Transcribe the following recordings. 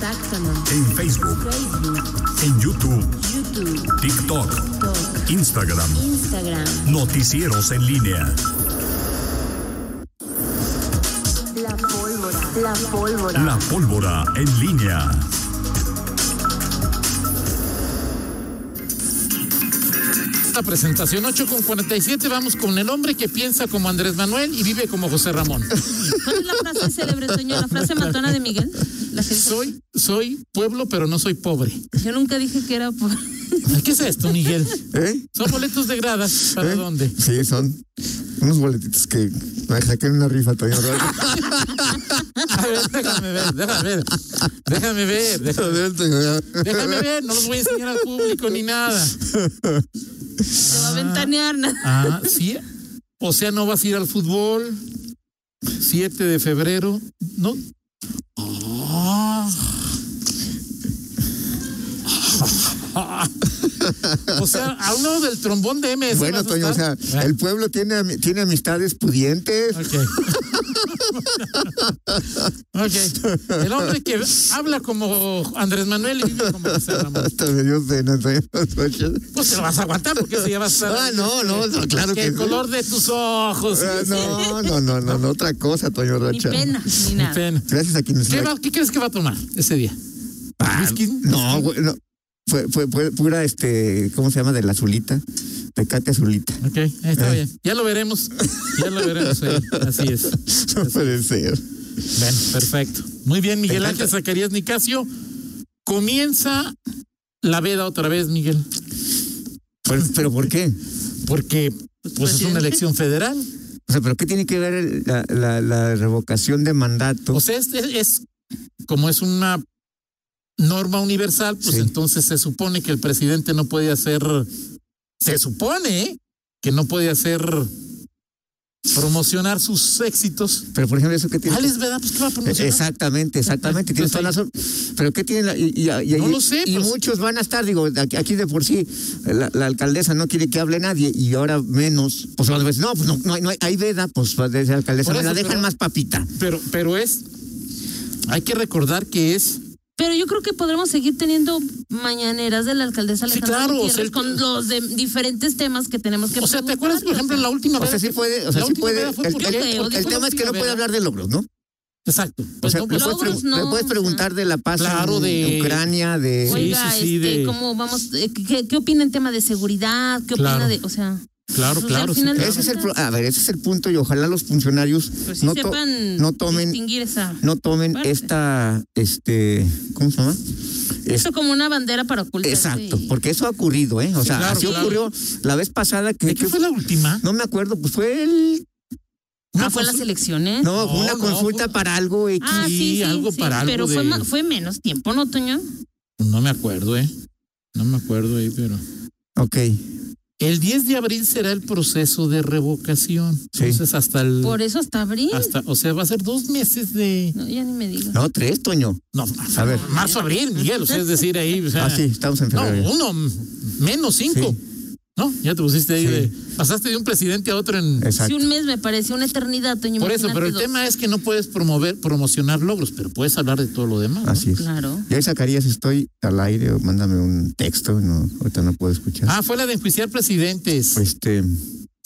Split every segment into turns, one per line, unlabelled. Taxonom.
En Facebook,
Facebook,
en YouTube,
YouTube,
TikTok,
TikTok,
Instagram.
Instagram.
Noticieros en línea.
La pólvora. La pólvora.
La pólvora en línea.
Esta presentación 8 con 47 vamos con el hombre que piensa como Andrés Manuel y vive como José Ramón.
¿Cuál es la frase célebre, señor? La frase matona de Miguel. La gente-
Soy soy pueblo pero no soy pobre.
Yo nunca dije que era por.
¿Qué es esto, Miguel?
¿Eh?
Son boletos de gradas. ¿Para
¿Eh?
dónde?
Sí, son unos boletitos que me saqué en una rifa también. ¿verdad?
A ver, déjame ver, déjame ver. Déjame ver, déjame,
A ver, señora.
déjame ver, no los voy a enseñar al público ni nada.
Se va a ventanear. na-
Ah, sí. O sea, no vas a ir al fútbol. 7 de febrero. No. Ah. O sea, a un lado del trombón de MS.
Bueno,
vas a
Toño, o sea,
estar. Ah,
el pueblo tiene, ami- tiene amistades pudientes.
ok. Ok. El hombre que habla como Andrés Manuel y vive como José Ramón.
Hasta me dio pena, Toño.
Pues se lo vas a aguantar porque se lleva a estar.
Ah, no, no, no, claro
Que
que
el color de tus ojos.
Ah, No, no, no, no, no, otra cosa, Toño
Ni
Rocha.
pena, ni nada.
Ah, Pena.
Gracias a quienes
¿Qué,
la-
va- ¿Qué crees que va a tomar ese día? ¿Whisky?
No, güey, no. Fue, fue, fue pura, este, ¿cómo se llama? De la azulita. De Katia Azulita.
Ok, está bien. Ya lo veremos. Ya lo veremos. ahí. Así es.
No puede ser.
Bueno, perfecto. Muy bien, Miguel
Me
Ángel
encanta.
Zacarías Nicasio. Comienza la veda otra vez, Miguel.
Pero, pero ¿por qué?
Porque pues es una
Presidente.
elección federal.
O sea, ¿pero qué tiene que ver el- la, la, la revocación de mandato?
O sea, es, es- es- como es una norma universal, pues
Sí.
entonces se supone que el presidente no puede hacer, se supone ¿eh? que no puede hacer promocionar sus éxitos.
pero, por ejemplo, ¿eso qué tiene?
¿Cuál es verdad? Pues qué va a
Eh,
promocionar.
Exactamente, exactamente. Tienes toda la razón. Pues Pero ¿qué tiene? la- y, y- y-
No
y-
lo sé,
y
pues.
muchos van a estar, digo, aquí, aquí de por sí, la, la alcaldesa no quiere que hable nadie y ahora menos. Pues van a decir, no, pues no, no, hay- no hay, hay veda, pues va a decir la alcaldesa,
Por
me la
eso,
dejan
pero-
más papita.
Pero, pero es, hay que recordar que es
Pero yo creo que podremos seguir teniendo mañaneras de la alcaldesa
Sí,
Alejandra
claro, o
Gutiérrez
sea, el-
con los de diferentes temas que tenemos que
O sea, ¿te
preguntar,
acuerdas, por
o
ejemplo,
sea,
la última
O
vez?
sea, sí puede, o sea,
La
sí
último
puede.
veda
El,
fue por-
el-
creo,
el
dijo
tema es que no
Lucía
puede
Vega.
hablar de logros, ¿no?
Exacto.
O
Pues
sea,
no,
le
pues,
puedes,
logros
pregun- le
no,
puedes
o sea.
preguntar de la paz
Claro,
en
de-
Ucrania, de...
Sí,
Oiga,
sí, sí,
este,
de-
¿cómo vamos? Eh, ¿qué, ¿Qué opina en tema de seguridad? ¿Qué opina
Claro.
de.? O sea,
claro,
pues,
claro.
al
sí,
final-
claro.
Ese es el, pro- a ver, ese es el punto y ojalá los funcionarios
pues sí
no, to-
sepan
no tomen
distinguir esa.
no tomen
Parte.
esta, este, ¿cómo se llama? Es-
Esto como una bandera para ocultar.
exacto, porque eso ha ocurrido, ¿eh? O sea,
claro,
así
claro.
ocurrió la vez pasada que,
¿De qué fue la última?
no me acuerdo, pues fue el,
Ah, fue a las elecciones.
no,
pues No,
fue una
no,
consulta
fue-
para algo X.
Ah, sí,
Sí,
sí,
algo
sí,
para algo
pero fue,
de-
ma- fue menos tiempo, ¿no, Toño?
No me acuerdo, ¿eh? No me acuerdo ahí, pero.
Ok,
El 10 de abril será el proceso de revocación. Entonces, hasta el.
Por eso hasta abril.
Hasta, o sea, va a ser dos meses de.
No, ya ni me digas.
no, tres, Toño.
No,
A ver.
marzo, abril, Miguel. O sea, es decir, ahí. o sea,
Ah, sí, estamos en
No,
febrero. ya.
uno, menos cinco. ¿No? Ya te pusiste ahí
Sí.
de. Pasaste de un presidente a otro en.
Si
Exacto.
un mes me pareció una eternidad, Toño.
Por eso,
imagínate
pero el
dos.
tema es que no puedes promover, promocionar logros, pero puedes hablar de todo lo demás. ¿no?
Así es.
Claro.
Yo ahí sacarías, estoy al aire, o mándame un texto, no, ahorita no puedo escuchar.
Ah, fue la de enjuiciar presidentes.
Este,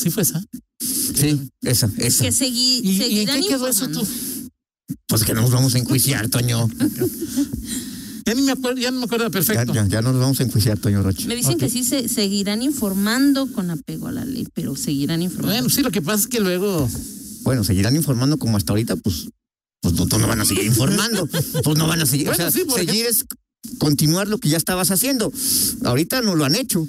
sí fue esa.
sí, esa, esa.
Que seguí,
¿Y, y en
seguirán
qué quedó eso
informando.
tú?
Pues que nos vamos a enjuiciar, Toño.
Ya ni me acuerdo, ya no me acuerdo
Ya,
perfecto.
ya, ya nos vamos a enjuiciar, Toño Rocha.
Me dicen
Ok.
que sí se seguirán informando con apego a la ley, pero seguirán informando.
Bueno, sí, lo que pasa es que luego.
Bueno, seguirán informando como hasta ahorita, pues, pues no, no van a seguir informando. pues no van a seguir.
Bueno,
o sea,
sí, por
seguir es continuar lo que ya estabas haciendo. Ahorita no lo han hecho.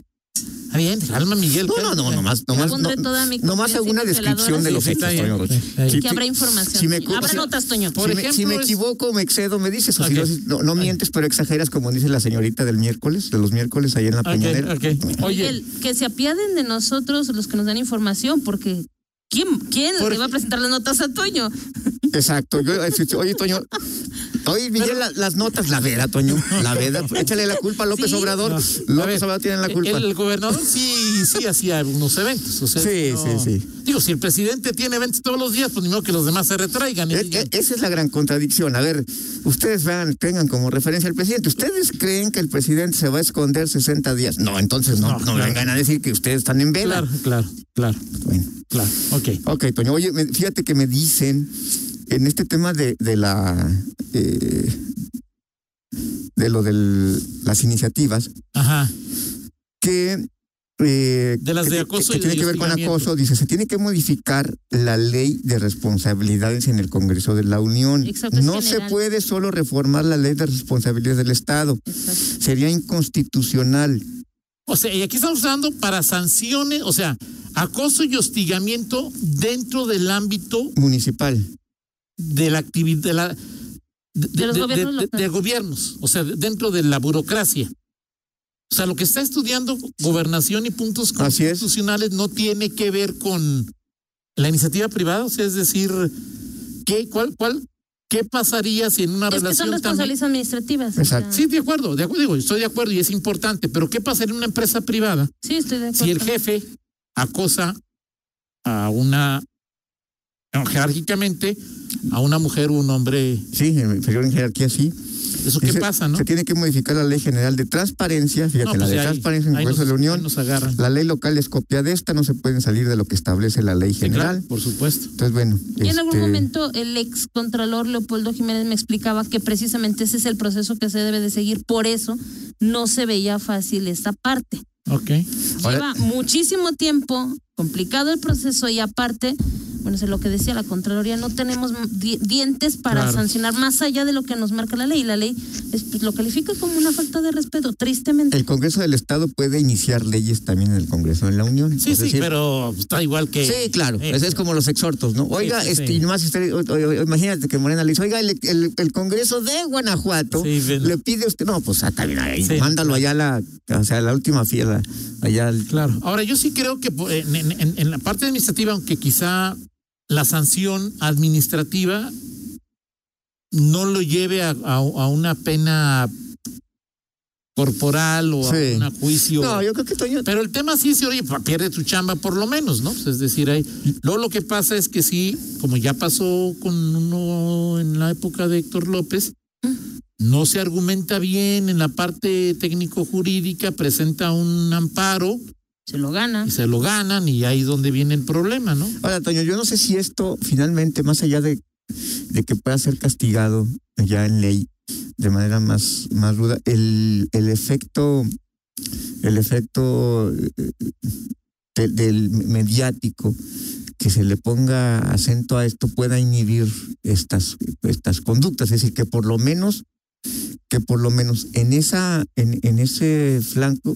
Está ah, bien, calma, Miguel. pues,
No, no, no,
calma.
nomás, nomás. No,
pondré toda mi
nomás
confianza
alguna
en mis
descripción de
veladoras.
los
Sí, sí,
hechos,
está
Toño
bien.
Rocha.
Sí, sí.
que habrá información.
si me
Toño.
cu-
habrá
si-
notas, Toño.
Por
si, me, si
ejemplo,
me
es-
equivoco o me excedo, me dices. O si
Ok.
no, si- no, no mientes, pero exageras, como dice la señorita del miércoles, de los miércoles ahí en la Peñonera.
Ok, ok. Oye,
Miguel, que se apiaden de nosotros los que nos dan información, porque ¿quién, quién
Por-
le va a presentar las notas a Toño?
eh, Exacto. Yo, oye, Toño, Oye, Miguel, la- las notas, la vera, Toño. La vera. Échale la culpa a López
Sí.
Obrador.
No, a
López
ver,
Obrador tiene la
el-
culpa.
El gobernador sí, sí hacía algunos eventos. o sea,
Sí, sí, sí.
Digo, si el presidente tiene eventos todos los días, pues ni modo que los demás se retraigan. y
E-
digan,
e- esa es la gran contradicción. A ver, ustedes vean, tengan como referencia al presidente. ¿Ustedes creen que el presidente se va a esconder 60 días? No, entonces no, no,
No, claro.
vengan a decir que ustedes están en vela.
claro, claro, claro,
Bueno,
claro. Ok.
ok, Toño, oye, me- fíjate que me dicen en este tema de, de la. eh, de lo de las iniciativas,
Ajá.
que. eh,
De las
que-
de
que-
acoso
que,
y de
tiene que ver con
hostigamiento.
acoso, dice, se tiene que modificar la ley de responsabilidades en el Congreso de la Unión.
Exacto, es
no se
general.
puede solo reformar la ley de responsabilidades del Estado,
Exacto.
sería inconstitucional.
O sea, y aquí estamos hablando para sanciones, o sea, acoso y hostigamiento dentro del ámbito
Municipal.
de la actividad de, la- de-
De los
de-
gobiernos
de-
locales.
de gobiernos, o sea, de- dentro de la burocracia. O sea, lo que está estudiando gobernación y puntos
Así es.
constitucionales no tiene que ver con la iniciativa privada, o sea, es decir, ¿qué, cuál, cuál, qué pasaría si en una
Es que
relación
son
también-
responsabilidades administrativas. o
Exacto.
sea,
Sí, de acuerdo, de acuerdo, digo, estoy de acuerdo y es importante, pero ¿qué pasaría en una empresa privada
Sí, estoy de acuerdo.
si el jefe acosa a una, no, jerárquicamente, a una mujer o un hombre?
Sí, en inferior en jerarquía, sí.
¿Eso qué
Dice,
pasa, Ah, no?
Se tiene que modificar la ley general de transparencia, fíjate,
No,
la
pues
de
ya ahí-
transparencia en el
ahí
Congreso
nos-
de la
ahí
Unión.
Nos agarran.
La ley local es copia de esta, no se pueden salir de lo que establece la ley
Sí, claro,
general.
por supuesto.
Entonces, bueno.
Y en algún
este,
momento el ex contralor Leopoldo Jiménez me explicaba que precisamente ese es el proceso que se debe de seguir, por eso no se veía fácil esta parte.
Ok.
Lleva muchísimo tiempo, complicado el proceso y aparte, bueno, es lo que decía la Contraloría, no tenemos di- dientes para
Claro.
sancionar más allá de lo que nos marca la ley. Y la ley es- pues, lo califica como una falta de respeto, tristemente.
El Congreso del Estado puede iniciar leyes también en el Congreso de la Unión.
Sí,
Es
sí,
Pues decir,
pero está igual que.
Sí, claro.
Eh,
pues es como los exhortos, ¿no? Oiga,
sí,
este,
sí.
y nomás usted- o- o- o- imagínate que Morena le dice, oiga, el, el- el Congreso de Guanajuato
Sí, ven.
le pide a usted, no, pues ah, también ahí,
Sí.
mándalo allá a la, o sea, a la última fiera, allá al-
Claro. Ahora, yo sí creo que po- en, en- en- en la parte administrativa, aunque quizá la sanción administrativa no lo lleve a, a- a una pena corporal o
Sí.
a un juicio.
No, yo creo que Toño,
Pero el tema sí es, oye, pa- pierde tu chamba por lo menos, ¿no? Pues es decir, ahí, luego lo que pasa es que sí, como ya pasó con uno en la época de Héctor López, no se argumenta bien en la parte técnico-jurídica, presenta un amparo
Se lo gana.
y se lo ganan y ahí es donde viene el problema, ¿no?
Ahora, Toño, yo no sé si esto finalmente, más allá de, de que pueda ser castigado ya en ley de manera más, más ruda, el, el efecto, el efecto eh, de- del mediático que se le ponga acento a esto pueda inhibir estas, estas conductas. Es decir, que por lo menos, que por lo menos en esa, en, en ese flanco,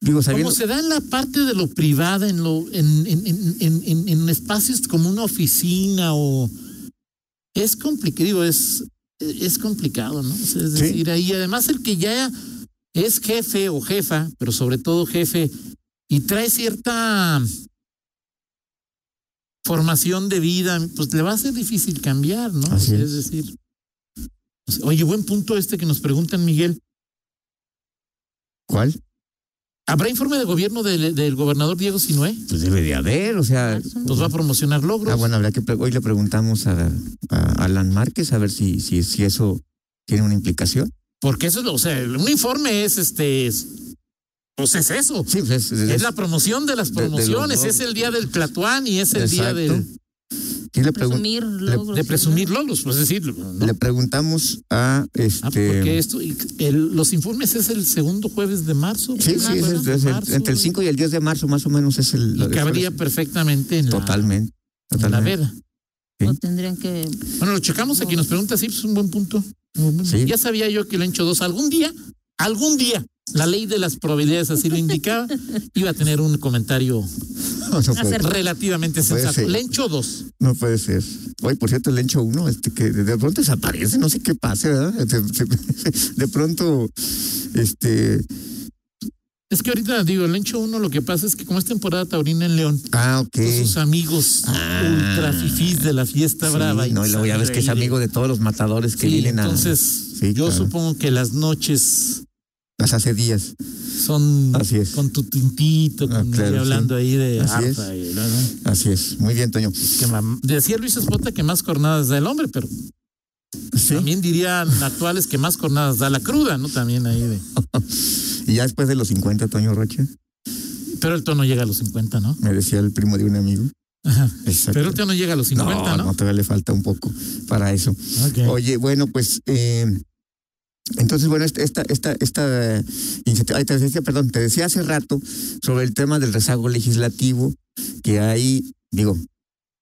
digo, sabiendo.
Como se da en la parte de lo privado, en lo, en, en, en, en, en- en espacios como una oficina o es complicado, digo, es, es complicado, ¿no? O sea, es
Sí.
decir, ahí además el que ya es jefe o jefa, pero sobre todo jefe, y trae cierta formación de vida, pues le va a ser difícil cambiar, ¿no?
Así
es. decir, o sea, oye, buen punto este que nos preguntan, Miguel.
¿Cuál?
¿Habrá informe de gobierno del, del gobernador Diego Sinué?
Pues debe de haber, o sea.
Nos va a promocionar logros.
Ah, bueno, habría que pre- hoy le preguntamos a, a Alan Márquez a ver si, si, si eso tiene una implicación.
Porque eso es lo, o sea, el- un informe es este. es- pues es eso.
Sí, pues es, es-
Es la promoción de las
de- de los
promociones.
logros.
es el día del Platuán y es el día
exacto.
del,
Sí, le, pregun-
Presumir logros.
de presumir logros, pues decirlo. ¿no?
le preguntamos a este.
Ah, porque esto, y el- los informes es el segundo jueves de marzo.
sí,
primer
sí, es-
jueves
es-
de
es el-
marzo,
entre el 5 y el 10 de marzo más o menos es el.
Y cabría perfectamente en la,
Totalmente.
en la
totalmente.
veda.
O tendrían que.
Bueno, lo checamos aquí. Nos pregunta si es un buen punto.
Sí.
Ya sabía yo que el ancho 2 algún día, algún día, la ley de las probabilidades así lo indicaba, iba a tener un comentario
No, no puede,
relativamente
Puede
sensato.
ser.
Lencho 2.
no puede ser. Hoy, por cierto, el Encho 1, este, que de de pronto desaparece, no sé qué pase, ¿verdad? De, de- de pronto, este.
Es que ahorita digo, el Encho 1 lo que pasa es que como es temporada taurina en León,
Ah, ok.
todos sus amigos
Ah.
ultra fifís de la fiesta
Sí,
brava.
no, y luego ya ves que es amigo de todos los matadores que
sí,
vienen a.
Entonces,
Sí,
yo
claro.
supongo que las noches
Las hace días.
son
Así es.
con tu tintito,
Ah,
con
claro,
ella hablando ahí de
Así
arpa y bla, bla.
Así es. Muy bien, Toño.
Que mam- Decía Luis Espota que más cornadas da el hombre, pero
Sí.
también dirían actuales que más cornadas da la cruda, ¿no? También ahí de.
Y ya después de los 50, Toño Rocha,
Pero el tono llega a los 50, ¿no?
me decía el primo de un amigo.
Ajá.
Exacto.
Pero el tono llega a los 50, ¿no?
no, todavía le falta un poco para eso.
Ok.
Oye, bueno, pues eh, entonces, bueno, este- esta, esta, esta, eh, iniciativa, ay, te decía, perdón, te decía hace rato sobre el tema del rezago legislativo que hay, digo,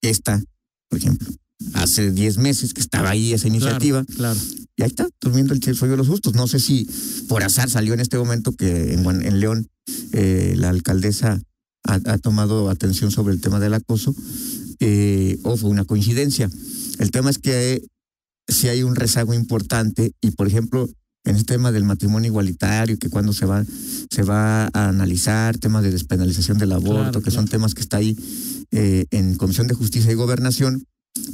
esta, por ejemplo, hace 10 meses que estaba ahí esa iniciativa
Claro.
y ahí está, durmiendo el chollo de los justos. No sé si por azar salió en este momento que en, Guan- en León eh, la alcaldesa ha, ha tomado atención sobre el tema del acoso eh, o fue una coincidencia. El tema es que si hay un rezago importante y, por ejemplo, en el tema del matrimonio igualitario, que cuando se va, se va a analizar, temas de despenalización del aborto,
Claro,
que son temas que está ahí eh, en Comisión de Justicia y Gobernación,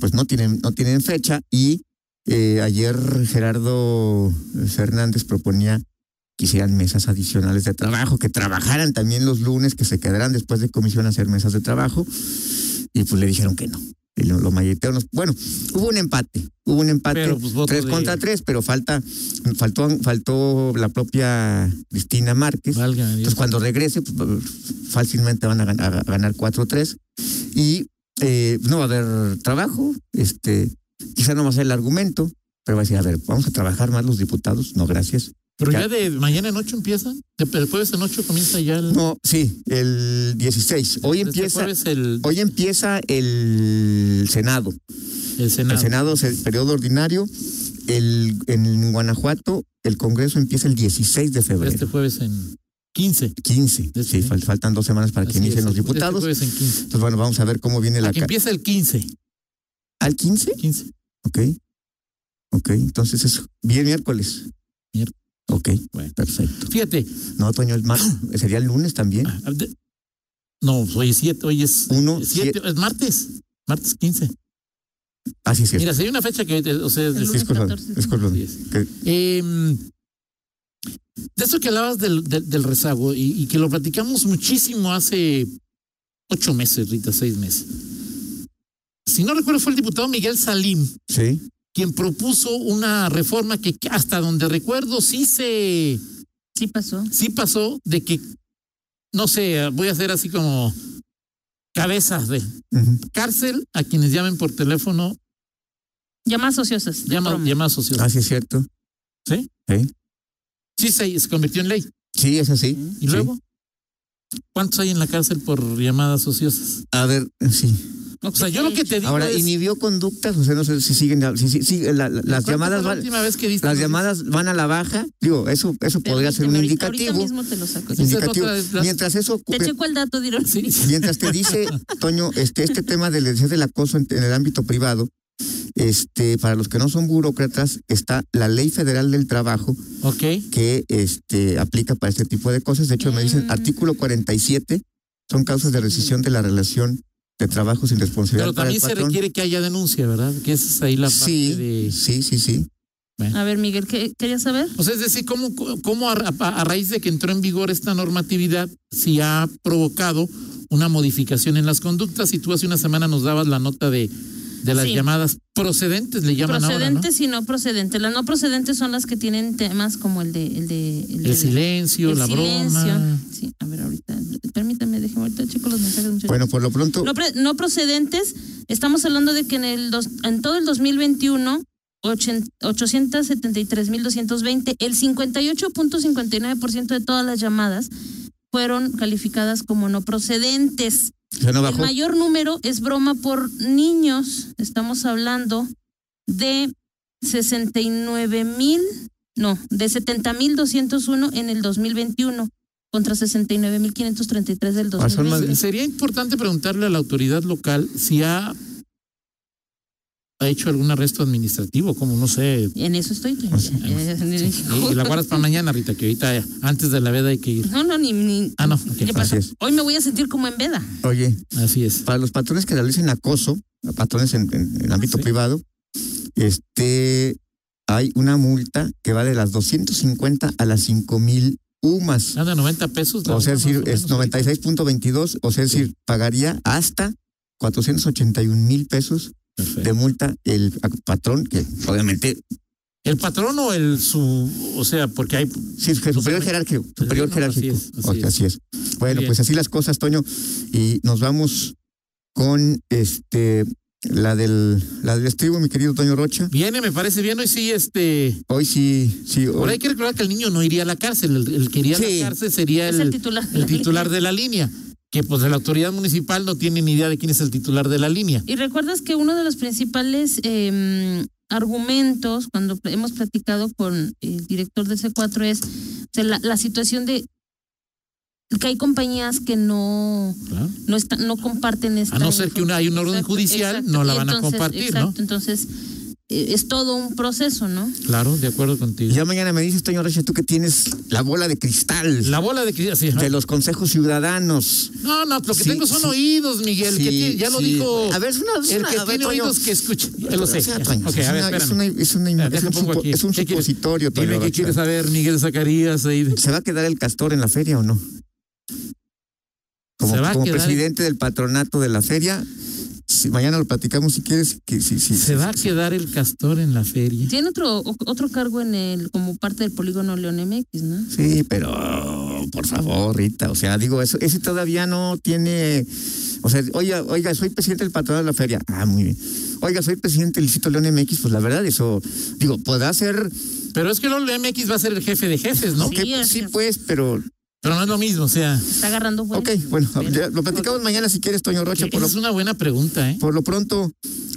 pues no tienen, no tienen fecha y eh, ayer Gerardo Fernández proponía que hicieran mesas adicionales de trabajo, que trabajaran también los lunes, que se quedaran después de comisión a hacer mesas de trabajo. Y pues le dijeron que no. Y lo, lo mayetearon. Bueno, hubo un empate, hubo un empate.
Pero, pues, voto
tres
de-
contra tres, pero falta, faltó, faltó la propia Cristina Márquez.
Válgame Dios.
Entonces, cuando regrese, pues, fácilmente van a gan- a ganar 4-3. Y eh, no va a haber trabajo. este Quizá no va a ser el argumento, pero va a decir: A ver, vamos a trabajar más los diputados. No, gracias.
Pero
ya-
ya de mañana en 8 empiezan. De, el jueves en 8 comienza ya el.
No, sí, el 16. Hoy
este
empieza.
jueves el,
Hoy empieza el Senado.
el Senado.
El Senado es el periodo ordinario. El, en Guanajuato, el Congreso empieza el 16 de
Este
febrero.
jueves en 15.
15.
Este
Sí,
mes.
fal- faltan dos semanas para que
Así
inicien
es,
los
este
diputados.
jueves en 15.
Entonces, bueno, vamos a ver cómo viene la.
Aquí
ca-
empieza el 15.
¿Al 15?
15.
Ok. Ok, entonces es bien miércoles.
Mier-
Ok,
Bueno.
perfecto.
Fíjate.
No, Toño, es más, sería el lunes también.
ah, de- No, hoy es 7. Hoy es.
Uno,
siete, es martes. Martes 15.
Ah, sí, sí.
Mira, si hay una fecha que. eh, O sea, es-
El lunes
disculpa,
14.
disculpa.
Así es.
Que-
Em, de eso que hablabas del, del, del rezago y, y que lo platicamos muchísimo hace ocho meses, Rita, seis meses. Si no recuerdo, fue el diputado Miguel Salim
Sí,
quien propuso una reforma que que hasta donde recuerdo sí se
Sí pasó.
sí pasó de que no sé, voy a hacer así como cabezas de
ujú,
cárcel a quienes llamen por teléfono,
Llamadas ociosas. de
llama,
broma.
llamadas sociales.
ah, sí, es cierto.
Sí, se, se convirtió en ley.
Sí, es así.
¿Y luego? ¿Cuántos hay en la cárcel por llamadas ociosas?
A ver, eh, sí.
O sea, pues yo lo que te digo
Ahora,
es...
inhibió conductas, o sea, no sé si siguen, si, si- si- la- la- las
¿cuánto
llamadas
fue la
van,
última vez que diste
las
una-
llamadas van a la baja. Digo, eso, eso podría ser un
Permíteme, ahorita-
indicativo.
Ahorita mismo te lo saco.
Esa pues, es
indicativo.
otra de las-
Mientras eso
Te
ocurre,
checo el dato, Dirón.
Sí,
Mientras te dice, Toño, este, este tema del, del acoso en, en el ámbito privado, este, para los que no son burócratas, está la ley federal del trabajo
ok.
que este, aplica para este tipo de cosas. De hecho, me dicen
Mm.
artículo 47, son causas de rescisión de la relación de trabajo sin responsabilidad
Pero
para el
también se
patrón.
requiere que haya denuncia, ¿verdad? Que esa es ahí la parte
sí,
de...
sí, sí, sí.
A ver, Miguel, ¿qué querías saber?
O sea, es decir, ¿cómo, cómo a, ra- a- a raíz de que entró en vigor esta normatividad, si ha provocado una modificación en las conductas? Y tú hace una semana nos dabas la nota de, de las
Sí.
llamadas procedentes, le llaman ahora,
procedentes y no procedentes. Las no procedentes son las que tienen temas como el de el de
¿no?
de-
El silencio,
el
la broma.
silencio. Sí, a ver ahorita, permítame, déjeme ahorita checo los mensajes muchachos.
Bueno, por lo pronto,
No, pre- no procedentes, estamos hablando de que en el dos- en todo el 2021 ochen- 873.220, el 58.59% de todas las llamadas fueron calificadas como no procedentes.
ya no
El
bajó.
mayor número es broma por niños. Estamos hablando de 69 mil, no, de 70 mil 201 en el 2021 contra 69 mil 533 del
Ah, son más-
2020.
Sería importante preguntarle a la autoridad local si ha ha hecho algún arresto administrativo, como no sé. eh,
En eso estoy.
Y la guardas para mañana, Rita, que ahorita eh, antes de la veda hay que ir.
No, no, ni. ni-
Ah, no, ok.
¿Qué pasa?
Así es.
Hoy me voy a sentir como en veda.
Oye,
Así es.
para los patrones que realicen acoso, a patrones en, en- en ámbito
Sí.
privado, este, hay una multa que va de las 250 a las 5 mil UMAS.
Nada, 90 pesos. la
O sea,
hora,
es decir,
Ah, más o
es
menos.
96.22, o sea, es
Sí.
decir, pagaría hasta 481 mil pesos de
Perfecto.
multa el a- patrón, que obviamente,
El patrón o el su. O sea, porque hay.
sí, es que superior
Superior,
jerárquico, superior
no, así
jerárquico.
es, así
O sea, Así es. Bueno,
bien.
pues así las cosas, Toño, y nos vamos con este la del la del estribo, mi querido Toño Rocha.
Viene, me parece bien. Hoy sí, este.
Hoy sí, sí,
Ahora
hoy,
hay que recordar que el niño no iría a la cárcel. El, el que iría a
Sí.
la cárcel sería
es el
el,
titular.
el titular de la línea. Que pues de la autoridad municipal no tiene ni idea de quién es el titular de la línea.
Y recuerdas que uno de los principales eh, argumentos cuando pl- hemos platicado con el director de C4 es o sea, la, la situación de que hay compañías que no
Claro.
no está- no comparten esta
A no ser que una- hay un
información.
orden judicial, no la
Y
van a compartir, ¿no?
exacto, entonces eh, es todo un proceso, ¿no?
Claro, de acuerdo contigo.
ya mañana me dices, Toño Rocha, tú que tienes la bola de cristal
La bola de cristal. sí, ajá.
de los consejos ciudadanos.
No, no, lo que
Sí,
tengo son
sí.
oídos, Miguel. que
Sí,
tiene- ya lo
sí.
dijo.
A ver, es una- es
el
una-
que
a ver,
tiene
Toño.
oídos que escucha. Ya lo sé.
O sea,
ya.
Toño,
Ok,
es
a ver,
una- es
espérame.
una- es una-
Espérate,
es
deja,
un
pongo
supo-
aquí.
es un
¿Qué quieres?
supositorio, Toño
Dime qué
Rocha.
quieres saber, Miguel Zacarías. ahí de-
¿Se va a quedar el castor en la feria o no? Como,
Se va a
como
quedar-
presidente del patronato de la feria, si mañana lo platicamos si quieres. Que, sí, sí,
Se va a quedar el castor en la feria.
Tiene otro o- otro cargo en el como parte del polígono León MX, ¿no?
Sí, pero por favor, Rita, o sea, digo, eso, ese todavía no tiene, o sea, oiga, oiga, soy presidente del patronato de la feria, ah, muy bien. Oiga, soy presidente del Licito León MX, pues la verdad, eso, digo, podrá ser,
Pero es que el MX va a ser el jefe de jefes, ¿no?
ok,
Sí, es
sí
que-
pues, pero,
Pero no es lo mismo, o sea.
Está agarrando vuelo.
ok, bueno, ya
Pero-
lo platicamos mañana si quieres, Toño Rocha, por
Esa
lo,
es una buena pregunta, ¿eh?
por lo pronto,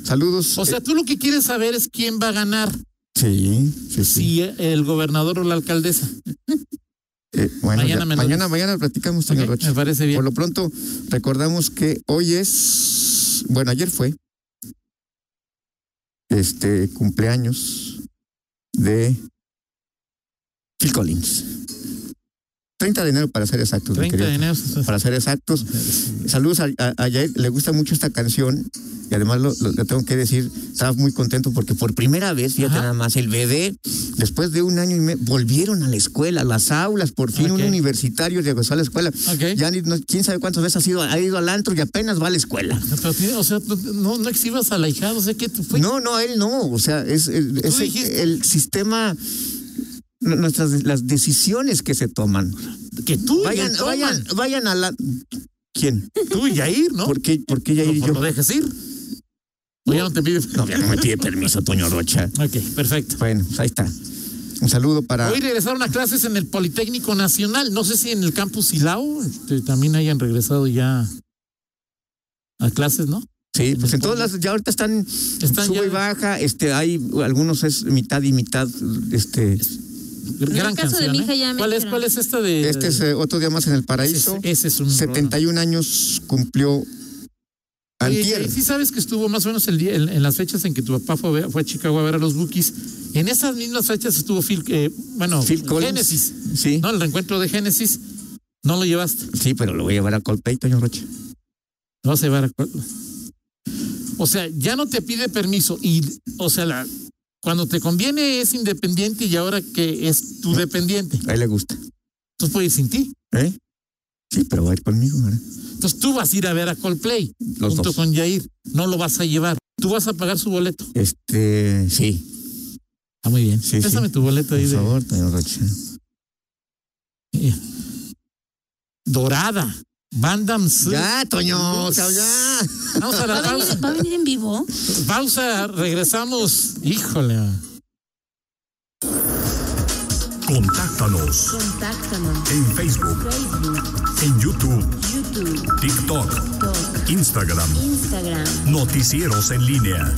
saludos.
O sea, tú lo que quieres saber es quién va a ganar,
Sí, sí, sí.
si el gobernador o la alcaldesa.
Eh, bueno,
Mañana
ya-
me lo
mañana, mañana platicamos,
Ok,
señor Rocha.
me parece
Por
bien.
lo pronto, recordamos que hoy es, bueno, ayer fue este cumpleaños de Phil Collins. 30 de enero para ser exactos. mi
30 de
querido.
enero.
Para ser exactos. Saludos a, a, a Yair, le gusta mucho esta canción y además lo, lo- le tengo que decir, estaba muy contento porque por primera vez, fíjate
Ajá.
nada más, el bebé, después de un año y medio, volvieron a la escuela, a las aulas, por fin
Ok.
un universitario regresó a la escuela.
Ok.
Ya ni, no- quién sabe cuántas veces ha, sido, ha ido al antro y apenas va a la escuela.
Pero tiene- o sea, tú- no, no exhibas al ahijado, o sea, que tú fue-
No, no, él no, o sea, es, el- es el-
dijiste.
el sistema, nuestras las decisiones que se toman.
que tú
Vayan,
y
vayan, vayan a la... ¿Quién?
tú y Yair, ¿no?
¿Por qué, por qué Yair y
Pues
yo?
lo dejas ir. O ya no te pide.
No, ya no me pide permiso, Toño Rocha.
Ok, perfecto.
Bueno, pues ahí está. Un saludo para.
Hoy regresaron a clases en el Politécnico Nacional. No sé si en el campus Silao este, también hayan regresado ya a clases, ¿no?
Sí, pues en todas las. Ya ahorita están.
Están
sube
ya-
y baja. Este, hay algunos es mitad y mitad. Este,
Gran
el caso de
canción,
mi
¿eh?
hija ya me
¿Cuál es,
dijeron.
¿Cuál es esta de.?
este es eh, otro día más en el paraíso.
Ese, ese es un.
71 años cumplió.
Oye,
Antier.
y sí sabes que estuvo más o menos el día, en, en las fechas en que tu papá fue, a ver- fue a Chicago a ver a los Bookies. En esas mismas fechas estuvo Phil, eh, bueno,
Phil Collins.
Genesis,
Sí.
¿no? El reencuentro de Genesis. No lo llevaste.
Sí, pero lo voy a llevar a Coldplay, Toño Rocha.
No se va a recu- O sea, ya no te pide permiso y, o sea, la, cuando te conviene es independiente y ahora que es tu dependiente,
A él le gusta.
tú puedes ir sin ti.
¿Eh? Sí, pero va a ir conmigo. ¿verdad?
Entonces tú vas a ir a ver a Coldplay
Los
junto
dos.
con Jair. No lo vas a llevar. Tú vas a pagar su boleto.
Este. Sí.
Ah, muy bien.
Sí, sí.
Pésame tu boleto
Por
ahí de
favor, Toño Rocha.
Dorada. Bandams.
Ya, Toño. O sea, ya.
Vamos a
¿Va
la
a venir-
pausa.
¿Va a venir en vivo?
Pausa, regresamos. Híjole.
Contáctanos
Contáctanos.
en Facebook,
Facebook,
en YouTube,
YouTube,
TikTok,
Talk,
Instagram.
Instagram.
Noticieros en línea.